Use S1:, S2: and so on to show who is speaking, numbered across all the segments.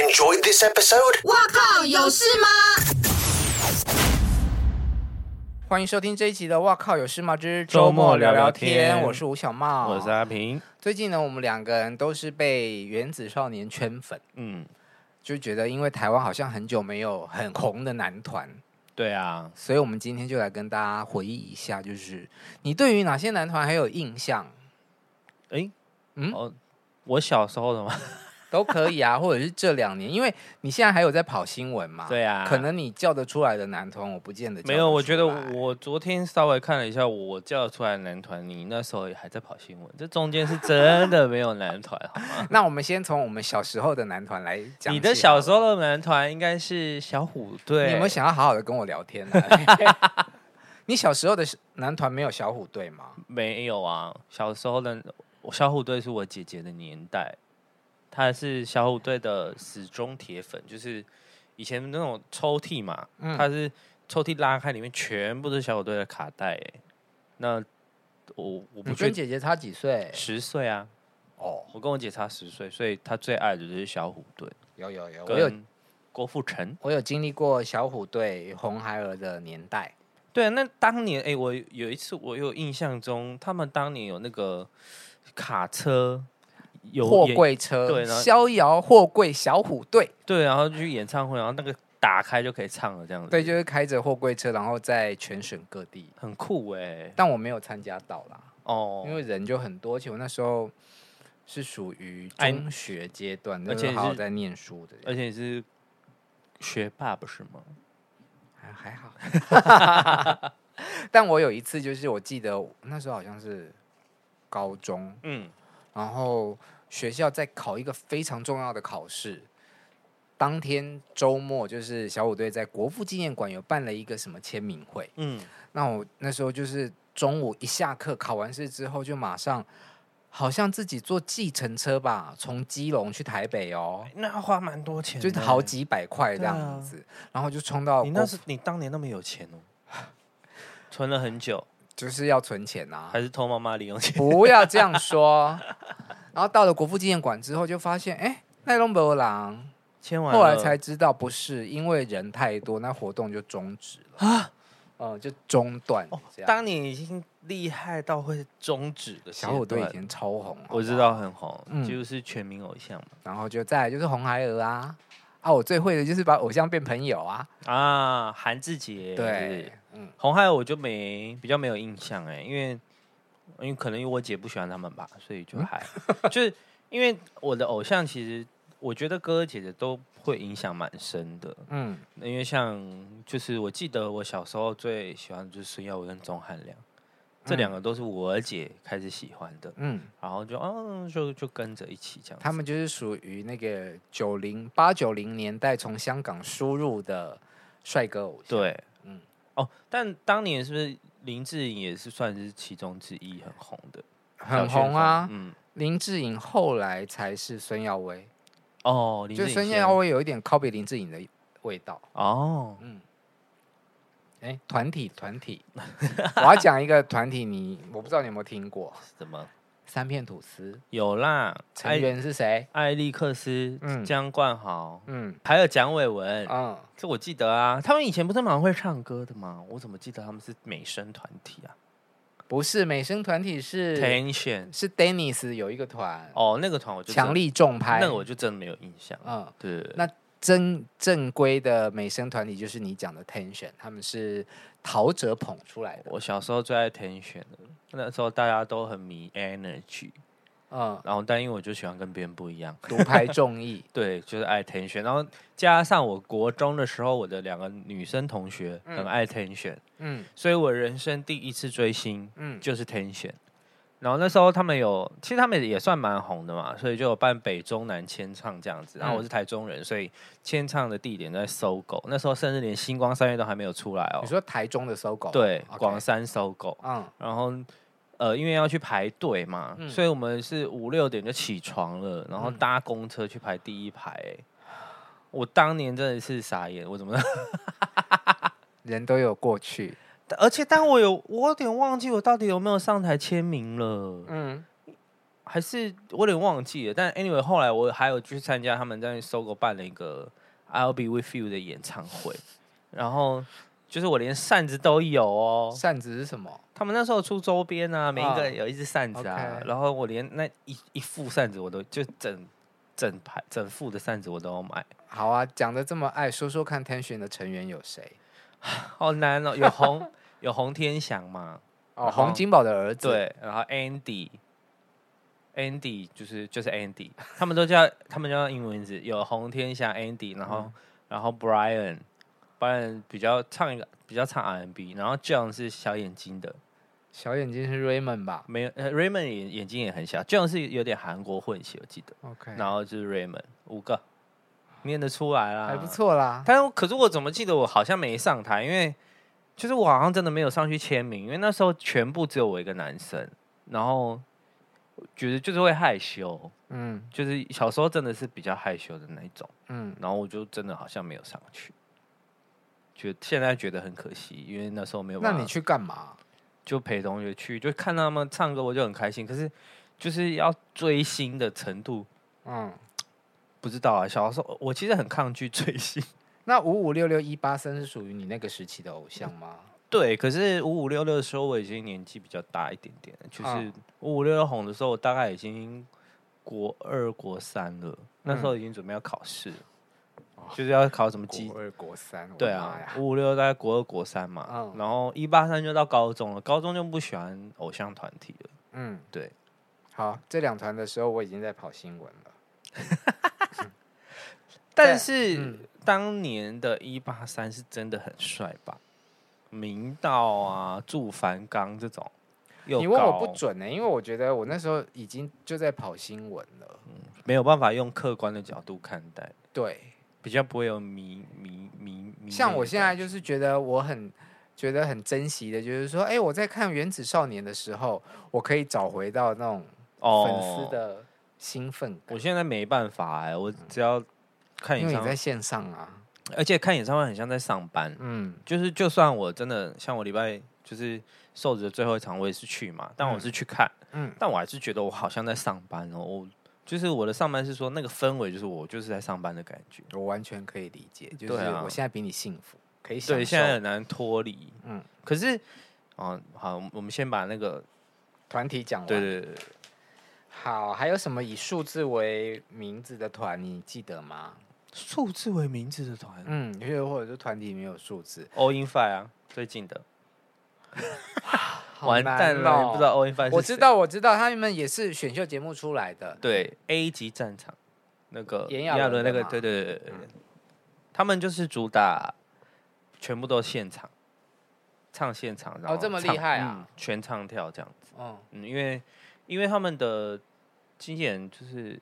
S1: enjoyed this episode?
S2: 哇靠，有事吗？
S3: 欢迎收听这一集的《哇靠有事吗之
S4: 周末聊
S3: 聊
S4: 聊天
S3: 我是吴小茂，
S4: 我是阿平。
S3: 最近呢，我们两个人都是被《原子少年》圈粉，
S4: 嗯，
S3: 就觉得因为台湾好像很久没有很红的男团，
S4: 对啊，
S3: 所以我们今天就来跟大家回忆一下，就是你对于哪些男团还有印象
S4: 诶，
S3: 嗯
S4: 哦，我小时候的嘛，
S3: 都可以 啊，或者是这两年，因为你现在还有在跑新闻嘛，
S4: 对啊
S3: 可能你叫得出来的男团，我不见得叫
S4: 没有。我
S3: 出
S4: 觉得
S3: 来
S4: 我昨天稍微看了一下，我叫出来的男团，你那时候也还在跑新闻，这中 间是真的没有男团，好吗？
S3: 那我们先从我们小时候的男团来讲起好了，
S4: 你的小时候的男团应该是小虎队，
S3: 你有没有想要好好的跟我聊天、啊？ 你小时候的男团没有小虎队吗？
S4: 没有啊，小时候的我小虎队是我姐姐的年代，她是小虎队的死忠铁粉，就是以前那种抽屉嘛，
S3: 嗯
S4: 她是抽屉拉开里面全部都是小虎队的卡带、欸，那我我不
S3: 你
S4: 确
S3: 跟
S4: 定
S3: 姐姐差几岁？
S4: 十岁啊，
S3: 哦，
S4: 我跟我姐差十岁，所以她最爱的就是小虎队
S3: 有有有，我有
S4: 跟郭富城。
S3: 我有经历过小虎队、红孩儿的年代。
S4: 对啊，那当年哎、欸我有一次我有印象中，他们当年有那个卡车。有
S3: 货
S4: 演
S3: 柜车，
S4: 对然后
S3: 逍遥货柜小虎队，
S4: 对，然后去演唱会，然后那个打开就可以唱了，这样子，
S3: 对，就是开着货柜车，然后在全省各地。
S4: 很酷哎、
S3: 但我没有参加到啦，
S4: 哦，
S3: 因为人就很多，而且我那时候是属于
S4: 哎
S3: 中学阶段，
S4: 而且
S3: 那时候好好
S4: 是
S3: 在念书的人，
S4: 而且你是学霸不是吗？
S3: 还还好。 但我有一次，就是我记得那时候好像是高中，
S4: 嗯，
S3: 然后学校在考一个非常重要的考试。当天周末，就是小虎队在国父纪念馆有办了一个什么签名会。
S4: 嗯，
S3: 那我那时候就是中午一下课，考完试之后就马上，好像自己坐计程车吧，从基隆去台北哦，
S4: 那要花蛮多钱的，欸
S3: 就是好几哦百块这样子，然后就冲到
S4: 啊哦你那
S3: 国
S4: 是你当年那么有钱哦，存了很久，
S3: 就是要存钱啊，
S4: 还是偷妈妈零用 钱？
S3: 不要这样说。然后到了国父纪念馆之后，就发现哎，奈龙博郎。
S4: 签完了，
S3: 后来才知道不是，因为人太多，那活动就终止了啊，嗯，就中断了这样。
S4: 哦当年已经厉害到会终止的
S3: 小虎队以
S4: 阶段
S3: 前超红，好不好
S4: 我知。道很红，
S3: 嗯
S4: 就是全民偶像嘛
S3: 然后就再来就是红孩儿啊，啊，我最会的就是把偶像变朋友啊，
S4: 啊，韩志杰
S3: 对，嗯，
S4: 红海我就没比较没有印象哎、因为因为可能因为我姐不喜欢他们吧，所以就还、 就是因为我的偶像其实我觉得哥哥姐姐都会影响蛮深的，
S3: 嗯，
S4: 因为像就是我记得我小时候最喜欢的就是孙耀威跟钟汉良，这两个都是我姐开始喜欢的，
S3: 嗯，
S4: 然后就嗯、就就跟着一起这样子。
S3: 他们就是属于那个九零八九零年代从香港输入的帅哥偶像，
S4: 对，
S3: 嗯
S4: 嗯，哦，但当年是不是林志颖也是算是其中之一很红的，
S3: 很红啊
S4: 小旋风。嗯，
S3: 林志颖后来才是孙耀威，
S4: 哦，林
S3: 就
S4: 志
S3: 是
S4: 颖
S3: 孙
S4: 先
S3: 耀威有一点 copy 林志颖的味道。
S4: 哦，
S3: 哎，团体团体， 我要讲一个团体你，我不知道你有没有听过
S4: 怎么
S3: 三片吐司，
S4: 有啦？
S3: 成
S4: 艾
S3: 员是谁？
S4: 艾利克斯、
S3: 嗯
S4: 江冠豪，
S3: 嗯
S4: 还有蒋伟文，
S3: 嗯，
S4: 这我记得啊。他们以前不是蛮会唱歌的吗？我怎么记得他们是美声团体啊
S3: 不是美声团体是
S4: ？Tension，
S3: 是 Dennis 有一个团，
S4: 哦，那个团我就真
S3: 强力重拍，
S4: 那个我就真的没有印象。
S3: 嗯，
S4: 对对对，
S3: 那真正规的美声团体就是你讲的 Tension，他们是陶喆捧出来的，
S4: 我小时候最爱 Tension 的，那时候大家都很迷 Energy，
S3: 嗯，
S4: 然后但因为我就喜欢跟别人不一样。，
S3: 独拍众议
S4: 对，就是爱 Tension，然后加上我国中的时候，我的两个女生同学很爱 Tension，、
S3: 嗯
S4: 所以我人生第一次追星
S3: 嗯，
S4: 就是 Tension。然后那时候他们有，其实他们也算蛮红的嘛，所以就有办北中南签唱
S3: 嗯
S4: 这样子。然后我是台中人，所以签唱的地点在搜狗。那时候甚至连星光三月都还没有出来哦
S3: 你。说台中的搜狗，啊
S4: 对，
S3: OK
S4: 广山搜狗。
S3: 嗯
S4: 然后呃，因为要去排队嘛，
S3: 嗯
S4: 所以我们是五六点就起床了，然后
S3: 嗯
S4: 搭公车去排第一排、欸。我当年真的是傻眼，我怎么？
S3: 人都有过去，
S4: 而且但我有，我有点忘记我到底有没有上台签名了。
S3: 嗯，
S4: 还是我有点忘记了。但 anyway，后来我还有去参加他们在搜狗办了一个 I'll Be With You 的演唱会，然后就是我连扇子都有哦。
S3: 扇子是什么？
S4: 他们那时候出周边啊，每一个人有一只扇子啊
S3: OK
S4: 然后我连那一一副扇子我都就整整排整副的扇子我都要买，
S3: 好啊，讲的这么爱，说说看，Tension 的成员有谁？
S4: 好难哦。有洪有洪天祥嘛？
S3: 哦，
S4: 然
S3: 洪
S4: 后
S3: 金宝的儿子，，
S4: 对，然后 Andy。Andy 就是就是 Andy，他 们都叫他们叫英文名字，有洪天祥 Andy，然后、然后 Brian，Brian 比较唱一个比较唱 R&B，然后 John 是小眼睛的，
S3: 小眼睛是 Raymond 吧
S4: 没有、呃、Raymond 眼眼睛也很小，John 是有点韩国混血，我记得。
S3: ？OK，
S4: 然后就是 Raymond 五个，念得出来啦，
S3: 还不。错啦。
S4: 但是可是我怎么记得我好像没上台，因为就是我好像真的没有上去签名，因为那时候全部只有我一个男生，然后我觉得就是会害羞，
S3: 嗯
S4: 就是小时候真的是比较害羞的那一种，
S3: 嗯，
S4: 然后我就真的好像没有上去。觉现在觉得很可惜，因为那时候没有
S3: 那
S4: 办法。
S3: 你去干嘛？
S4: 就陪同学去，就看他们唱歌，我就很开心。可是就是要追星的程度，
S3: 嗯，
S4: 不知道啊。小时候我其实很抗拒追星，
S3: 那五五六六一八三是属于你那个时期的偶像吗？
S4: 对，可是五五六六的时候我已经年纪比较大一点点了，就是
S3: 嗯
S4: 五五六六红的时候，我大概已经国二、国三了，那时候已经准备要考试了，就是要考什么机
S3: 嗯国。二、国三，我的
S4: 对
S3: 妈
S4: 啊
S3: 呀，
S4: 五五六大概国二、国三嘛，
S3: 嗯
S4: 然后一八三就到高中了，高中就不喜欢偶像团体了。
S3: 嗯，
S4: 对。
S3: 好，这两团的时候我已经在跑新闻了。
S4: 但
S3: 但
S4: 是、
S3: 嗯
S4: 当年的一八三是真的很帅吧？明道啊，祝凡刚这种，又
S3: 你问我
S4: 高
S3: 不准呢、因为我觉得我那时候已经就在跑新闻了。
S4: 没有办法用客观的角度看待，
S3: 对，
S4: 比较不会有迷迷迷迷。
S3: 像我现在，就是觉得我很觉得很珍惜的，就是说，哎、我在看《原子少年》的时候，我可以找回到那种
S4: 哦，
S3: 粉丝，的兴奋感，
S4: 我现在没办法哎、我只要看
S3: 因
S4: 演
S3: 为
S4: 唱
S3: 你在
S4: 会，
S3: 线上啊，
S4: 而且看演唱会很像在上班，
S3: 嗯
S4: 就是就算我真的像我礼拜就是瘦子的最后一场，我也是去嘛，但我是去看。
S3: 嗯，
S4: 但我还是觉得我好像在上班哦。我就是我的上班是说那个氛围，就是我就是在上班的感觉。
S3: 我完全可以理解，就是
S4: 对啊
S3: 我现在比你幸福，可以享
S4: 对，
S3: 受。
S4: 现在很难脱离。嗯
S3: 嗯，
S4: 可是，哦，好，我们先把那个，
S3: 团体讲完，
S4: 对对对，对
S3: 好，还有什么以数字为名字的团，你记得吗？
S4: 嗯数字为名字的团
S3: 嗯，又或者是团体里面有数字，
S4: ，All in Five 啊，最近的，
S3: 好
S4: 完
S3: 难
S4: 蛋了，
S3: 哦
S4: 你不知道 All in Five，是
S3: 我知
S4: 谁，
S3: 道，我知道，他们也是选秀节目出来的。
S4: 对 A 级战场那个
S3: 炎
S4: 亚
S3: 亚纶
S4: 纶
S3: 的
S4: 那个，
S3: 嘛嗯
S4: 对对对对对，他们就是主打，全部都现场。唱现场，然后
S3: 这么厉
S4: 唱
S3: 害啊
S4: 嗯全唱跳这样子。
S3: 嗯，
S4: 嗯，因为因为他们的经纪人就是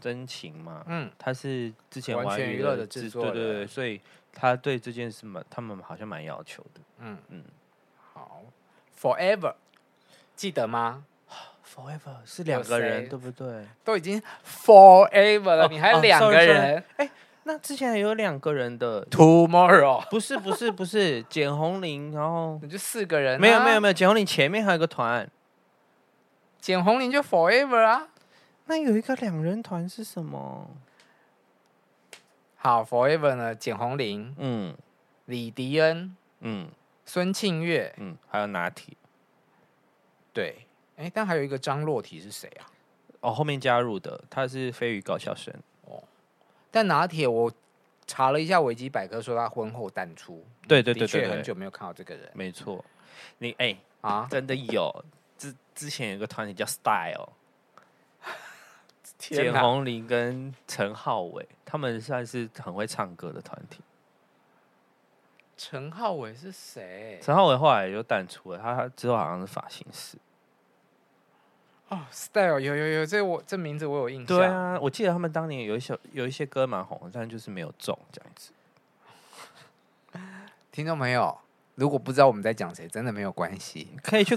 S4: 真情嘛，
S3: 嗯，
S4: 他是之前
S3: 完
S4: 玩
S3: 全
S4: 娱
S3: 娱乐
S4: 的
S3: 的制作
S4: 对对
S3: 人
S4: 对，所以他对这件事蛮，他们好像蛮要求的。
S3: 嗯
S4: 嗯
S3: 嗯，好，Forever，记得吗？
S4: Forever 是
S3: 两
S4: 两个
S3: 个人
S4: 人，对不对？
S3: 都已经 Forever 了，
S4: 哦
S3: 你还
S4: 哦
S3: 两个
S4: sorry，sorry
S3: 人、
S4: 那之前也有两个人的，
S3: t o m o r r o w
S4: 不是不是不是，简红林，然后
S3: 你就四个人、啊
S4: 没有没有
S3: 没有，
S4: 没有，简红林前面还有一个团，
S3: 简红林就 Forever 啊。
S4: 那有一个两人团是什么？
S3: 好，Forever 呢？简红林、
S4: 嗯
S3: 李迪恩、
S4: 嗯
S3: 孙庆月，
S4: 嗯，还有拿铁
S3: 对，哎，但还有一个张洛体是谁啊？
S4: 哦，后面加入的，他是飞鱼搞笑生。
S3: 但拿铁我查了一下维基百科，说他婚后淡出，
S4: 对对
S3: 的
S4: 对对
S3: 确
S4: 对
S3: 很，久没有看到这个人
S4: 没错，你哎、
S3: 啊。
S4: 真的有之之前有个团体叫 Style，
S3: 天
S4: 简
S3: 哪
S4: 宏林跟陈浩伟，他们算是很会唱歌的团体。
S3: 陈浩伟是谁？
S4: 陈浩伟后来也就淡出了，他他之后好像是发型师。
S3: 哦，Style 有有有，这我这名字我有印象。
S4: 对啊，我记得他们当年有一些有一些歌蛮红的，但就是没有中这样子。
S3: 听众朋友，如果不知道我们在讲谁，真的没有关系。
S4: 可以去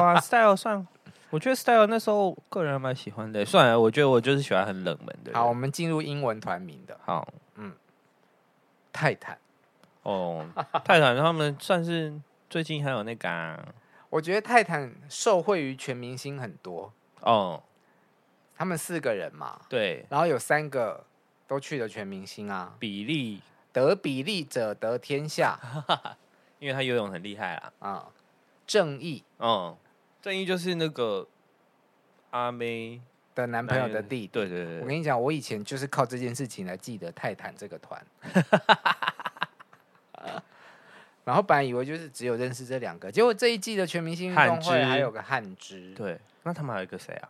S4: 啊，Style 算，我觉得 Style 那时候个人还蛮喜欢的。算了，我觉得我就是喜欢很冷门的人。
S3: 好，我们进入英文团名的
S4: 好
S3: 泰坦。
S4: 哦，泰坦他们算是最近还有那个、啊、
S3: 我觉得泰坦受惠于全明星很多，
S4: 哦，
S3: 他们四个人嘛，
S4: 对，
S3: 然后有三个都去了全明星啊，
S4: 比利，
S3: 得比例者得天下
S4: 因为他游泳很厉害啦。
S3: 啊、正义
S4: 嗯，正义就是那个阿妹
S3: 的男朋友的
S4: 那
S3: 弟弟。
S4: 对对对
S3: 我
S4: 对，
S3: 跟你讲，我以前就是靠这件事情来记得泰坦这个 团，然后本来以为就是只有认识这两个，结果这一季的全明星运动会
S4: 汉之
S3: 还有个汉之
S4: 对，那他们还有一个谁啊？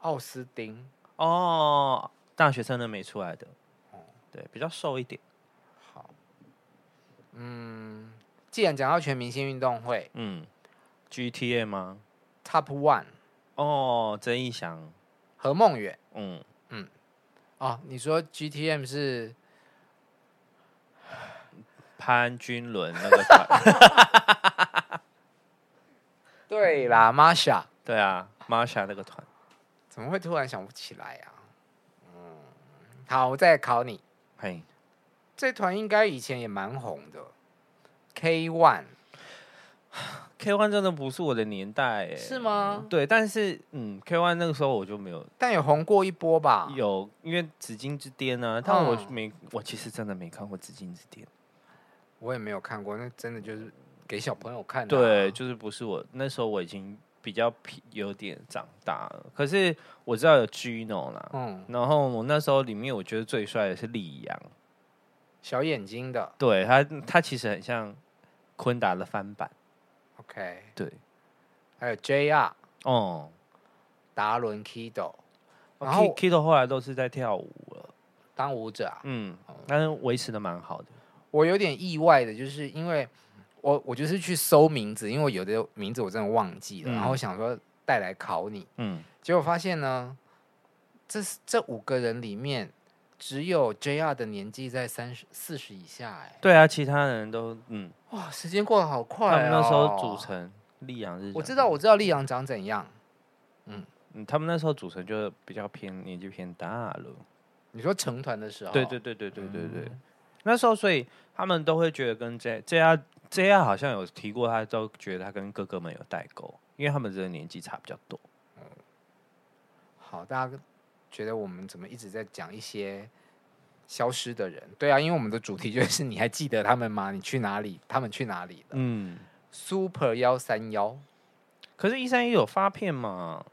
S3: 奥斯汀，
S4: 哦，大学生都没出来的，
S3: 哦
S4: 对，比较瘦一点。
S3: 好，嗯，既然讲到全明星运动会
S4: 嗯，GTA 吗？
S3: Top One
S4: 哦，曾义翔，
S3: 何梦远
S4: 嗯，
S3: 哦，你说 GTM 是嗯
S4: 潘君伦那个团
S3: 对啦，Masha
S4: 对啊，Marsha 那个团，
S3: 怎么会突然想不起来啊？嗯，好，我再考你，
S4: 嘿，
S3: 这团应该以前也蛮红的，K One
S4: K One 真的不是我的年代、欸，
S3: 是吗？
S4: 对，但是嗯，K One 那个时候我就没有
S3: 但有红过一波吧？
S4: 有，因为《紫禁之巅》呢，但我
S3: 啊嗯
S4: 没，我其实真的没看过《紫禁之巅》
S3: 我也没有看过，那真的就是给小朋友看的、啊
S4: 对，，就是不是我那时候我已经比较疲有点长大了，可是我知道有 Gino 啦，
S3: 嗯，
S4: 然后我那时候里面我觉得最帅的是李阳，
S3: 小眼睛的
S4: 对他，他其实很像昆达的翻版，
S3: ，OK，
S4: 对，
S3: 还有 JR
S4: 哦、
S3: 达伦 Kido，然后
S4: k i t o 后来哦都是在跳舞了，
S3: 当舞者啊，
S4: 嗯，但是维持的蛮好的，
S3: 我有点意外的，就是因为我我就是去搜名字，因为我有的名字我真的忘记了，
S4: 嗯
S3: 然后想说带来考你，
S4: 嗯，
S3: 结果发现呢，这这五个人里面只有 JR 的年纪在三十四十以下、哎，
S4: 对啊，其他人都嗯，
S3: 哇，啊时间过得好快、哦、
S4: 他们那时候组，成丽阳是，
S3: 我知道，我知道丽阳长怎样。
S4: 嗯，他们那时候组成就比较偏年纪偏大了。
S3: 你说成团的时候，
S4: 对对对对对对对，嗯那时候所以他们都会觉得跟 J J R J R 好像有提过，他都觉得他跟哥哥们有代沟，因为他们真的年纪差比较多。
S3: 好，大家觉得我们怎么一直在讲一些消失的人？对啊，因为我们的主题就是你还记得他们吗？你去哪里？他们去哪里了、
S4: 嗯，
S3: s u p e r 幺三幺，
S4: 可是一三一有发片嘛？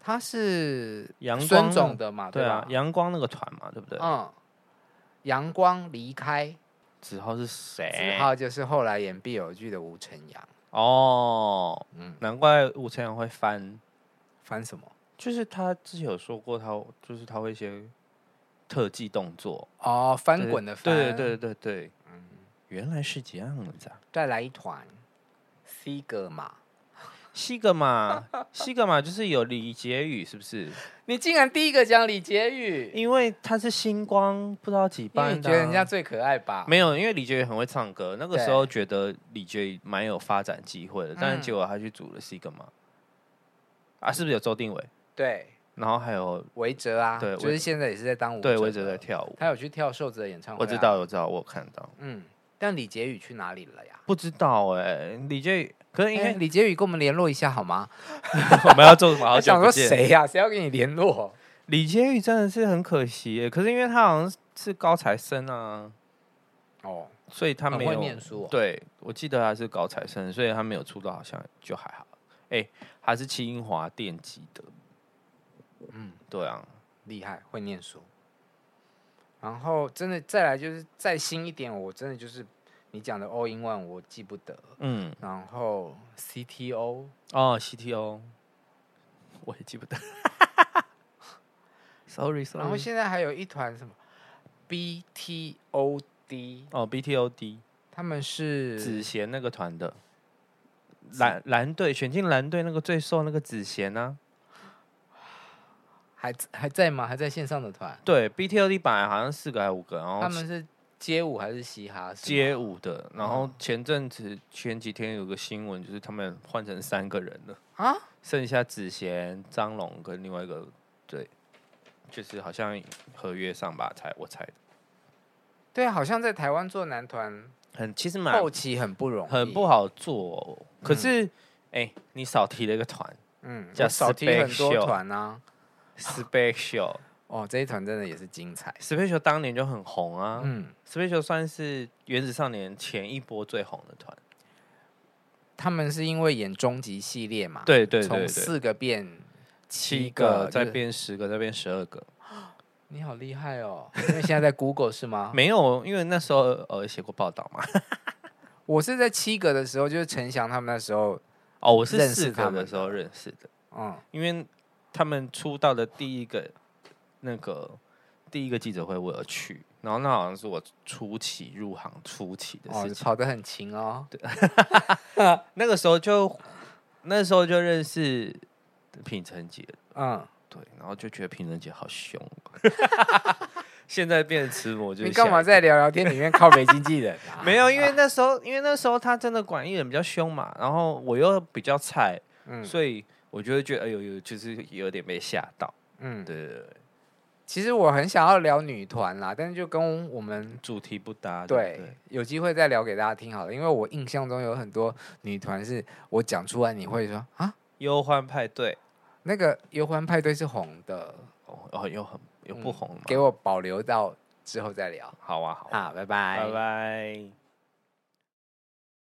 S3: 他是
S4: 阳光
S3: 孙总的嘛？
S4: 对啊
S3: 吧，？
S4: 阳光那个团嘛，对不对？
S3: 嗯，阳光离开，
S4: 子浩是谁？
S3: 子浩就是后来演 BL 剧的吴晨阳，
S4: 哦，
S3: 嗯
S4: 难怪吴承阳会翻，
S3: 翻什么？
S4: 就是他之前有说过他，就是他会一些特技动作，
S3: 哦，翻滚的翻，
S4: 对对对对对，嗯，原来是这样子啊。
S3: 再来一团，C 哥嘛，
S4: 西格 玛，西格玛就是有李杰宇，是不是？
S3: 你竟然第一个讲李杰宇，
S4: 因为他是星光，不知道几
S3: 因为
S4: 班
S3: 你
S4: 的
S3: 觉
S4: 啊、
S3: 得人家最可爱吧？
S4: 没有，因为李杰宇很会唱歌，那个
S3: 对
S4: 时候觉得李杰宇蛮有发展机会的，但是结果他去组了西格玛，啊，是不是有周定伟？
S3: 对。
S4: 然后还有
S3: 维哲啊，
S4: 对
S3: 就是现在也是在当舞
S4: 对
S3: 者
S4: 维哲
S3: 的
S4: 在，跳舞，
S3: 他有去跳瘦子的演唱会、
S4: 我知，道，我知道，我有看到，
S3: 嗯，但李杰宇去哪里了呀？
S4: 不知道哎、李杰宇，可是因
S3: 哎
S4: 为、
S3: 李杰宇跟我们联络一下好吗？
S4: 我们要做什么，好
S3: 我
S4: 久
S3: 想
S4: 不
S3: 说
S4: 见。
S3: 谁呀、啊谁要跟你联络？
S4: 李杰宇真的是很可惜耶、可是因为他好像是高材生啊，
S3: 哦，
S4: 所以他
S3: 很
S4: 没
S3: 会
S4: 有
S3: 念书哦
S4: 对，我记得他是高材生，所以他没有出道，好像就还好。哎、他是清华电机的，嗯，对啊，
S3: 厉害，会念书。然后真的再来就是再新一点，我真的就是你讲的 All in One 我记不得，
S4: 嗯，
S3: 然后 CTO
S4: 哦，CTO，我也记 不得，sorry sorry，
S3: 然后现在还有一团什么 BTOD，
S4: 哦，BTOD
S3: 他们是
S4: 子贤那个团的蓝蓝队选进蓝队那个最瘦那个啊子贤呢、
S3: 还还在吗？还在线上的团？
S4: 对，BTOD 本来好像四个还哦是五个，然后
S3: 他们嗯是街舞还是嘻哈？是吗
S4: 街舞的，然后前阵子前几天有个新闻，就是他们换成三个人了，
S3: 啊，
S4: 剩下子贤、张龙跟另外一个，对，就是好像合约上吧，猜我猜的，
S3: 对，啊好像在台湾做男团
S4: 很其实蛮
S3: 后期很不容易，
S4: 很不
S3: 好。
S4: 好做、哦，可是哎、你少提了一个团，
S3: 嗯，
S4: 叫
S3: 我少提很
S4: Space
S3: 多
S4: Show
S3: 团啊，
S4: Special，Special
S3: 哦，这一团真的也是精彩。
S4: 当年就很红啊、
S3: 嗯，
S4: s p e c i a l 算是原子少年前一波最红的团。
S3: 他们是因为演终极系列嘛，，
S4: 对对对
S3: 啊从
S4: 对，
S3: 四个变
S4: 七
S3: 七
S4: 个，
S3: 就
S4: 再
S3: 是
S4: 变十个，再变十二个。
S3: 你好厉害哦！因为现在在 Google 是 吗？
S4: 没有，因为那时候呃写过报道嘛。
S3: 我是在七个的时候，就是陈翔他们那时候，
S4: 哦，我是
S3: 认识
S4: 四
S3: 他
S4: 个
S3: 们
S4: 的时候
S3: 的
S4: 认识的，
S3: 嗯，
S4: 因为他们出道的第一个那个第一个记者会我有去，然后那好像是我初期入行初期的
S3: 哦
S4: 事，情。
S3: 跑得很勤哦，
S4: 那个时候就那时候就认识品成姐，
S3: 嗯，
S4: 对，然后就觉得品成姐好凶，哦 现在变慈母就是
S3: 你干嘛
S4: 下一
S3: 在聊聊天里面靠北经纪人啊？
S4: 个？ 没有，因为那时候，因为那时候他真的管艺人比较凶嘛，然后我又比较菜，
S3: 嗯
S4: 所以我就会觉得，哎呦呦，就是有点被吓到。
S3: 嗯，
S4: 对对对，
S3: 其实我很想要聊女团啦，但是就跟我们
S4: 主题不搭。对不
S3: 啊对有机会再聊给大家听好了，因为我印象中有很多女团是我讲出来你会说啊，
S4: 忧欢派对，
S3: 那个游欢派对是红的，
S4: 哦哦，又很又不红了嘛、
S3: 给我保留到之后再聊。
S4: 嗯好啊好啊，
S3: 哦好，拜
S4: 拜拜。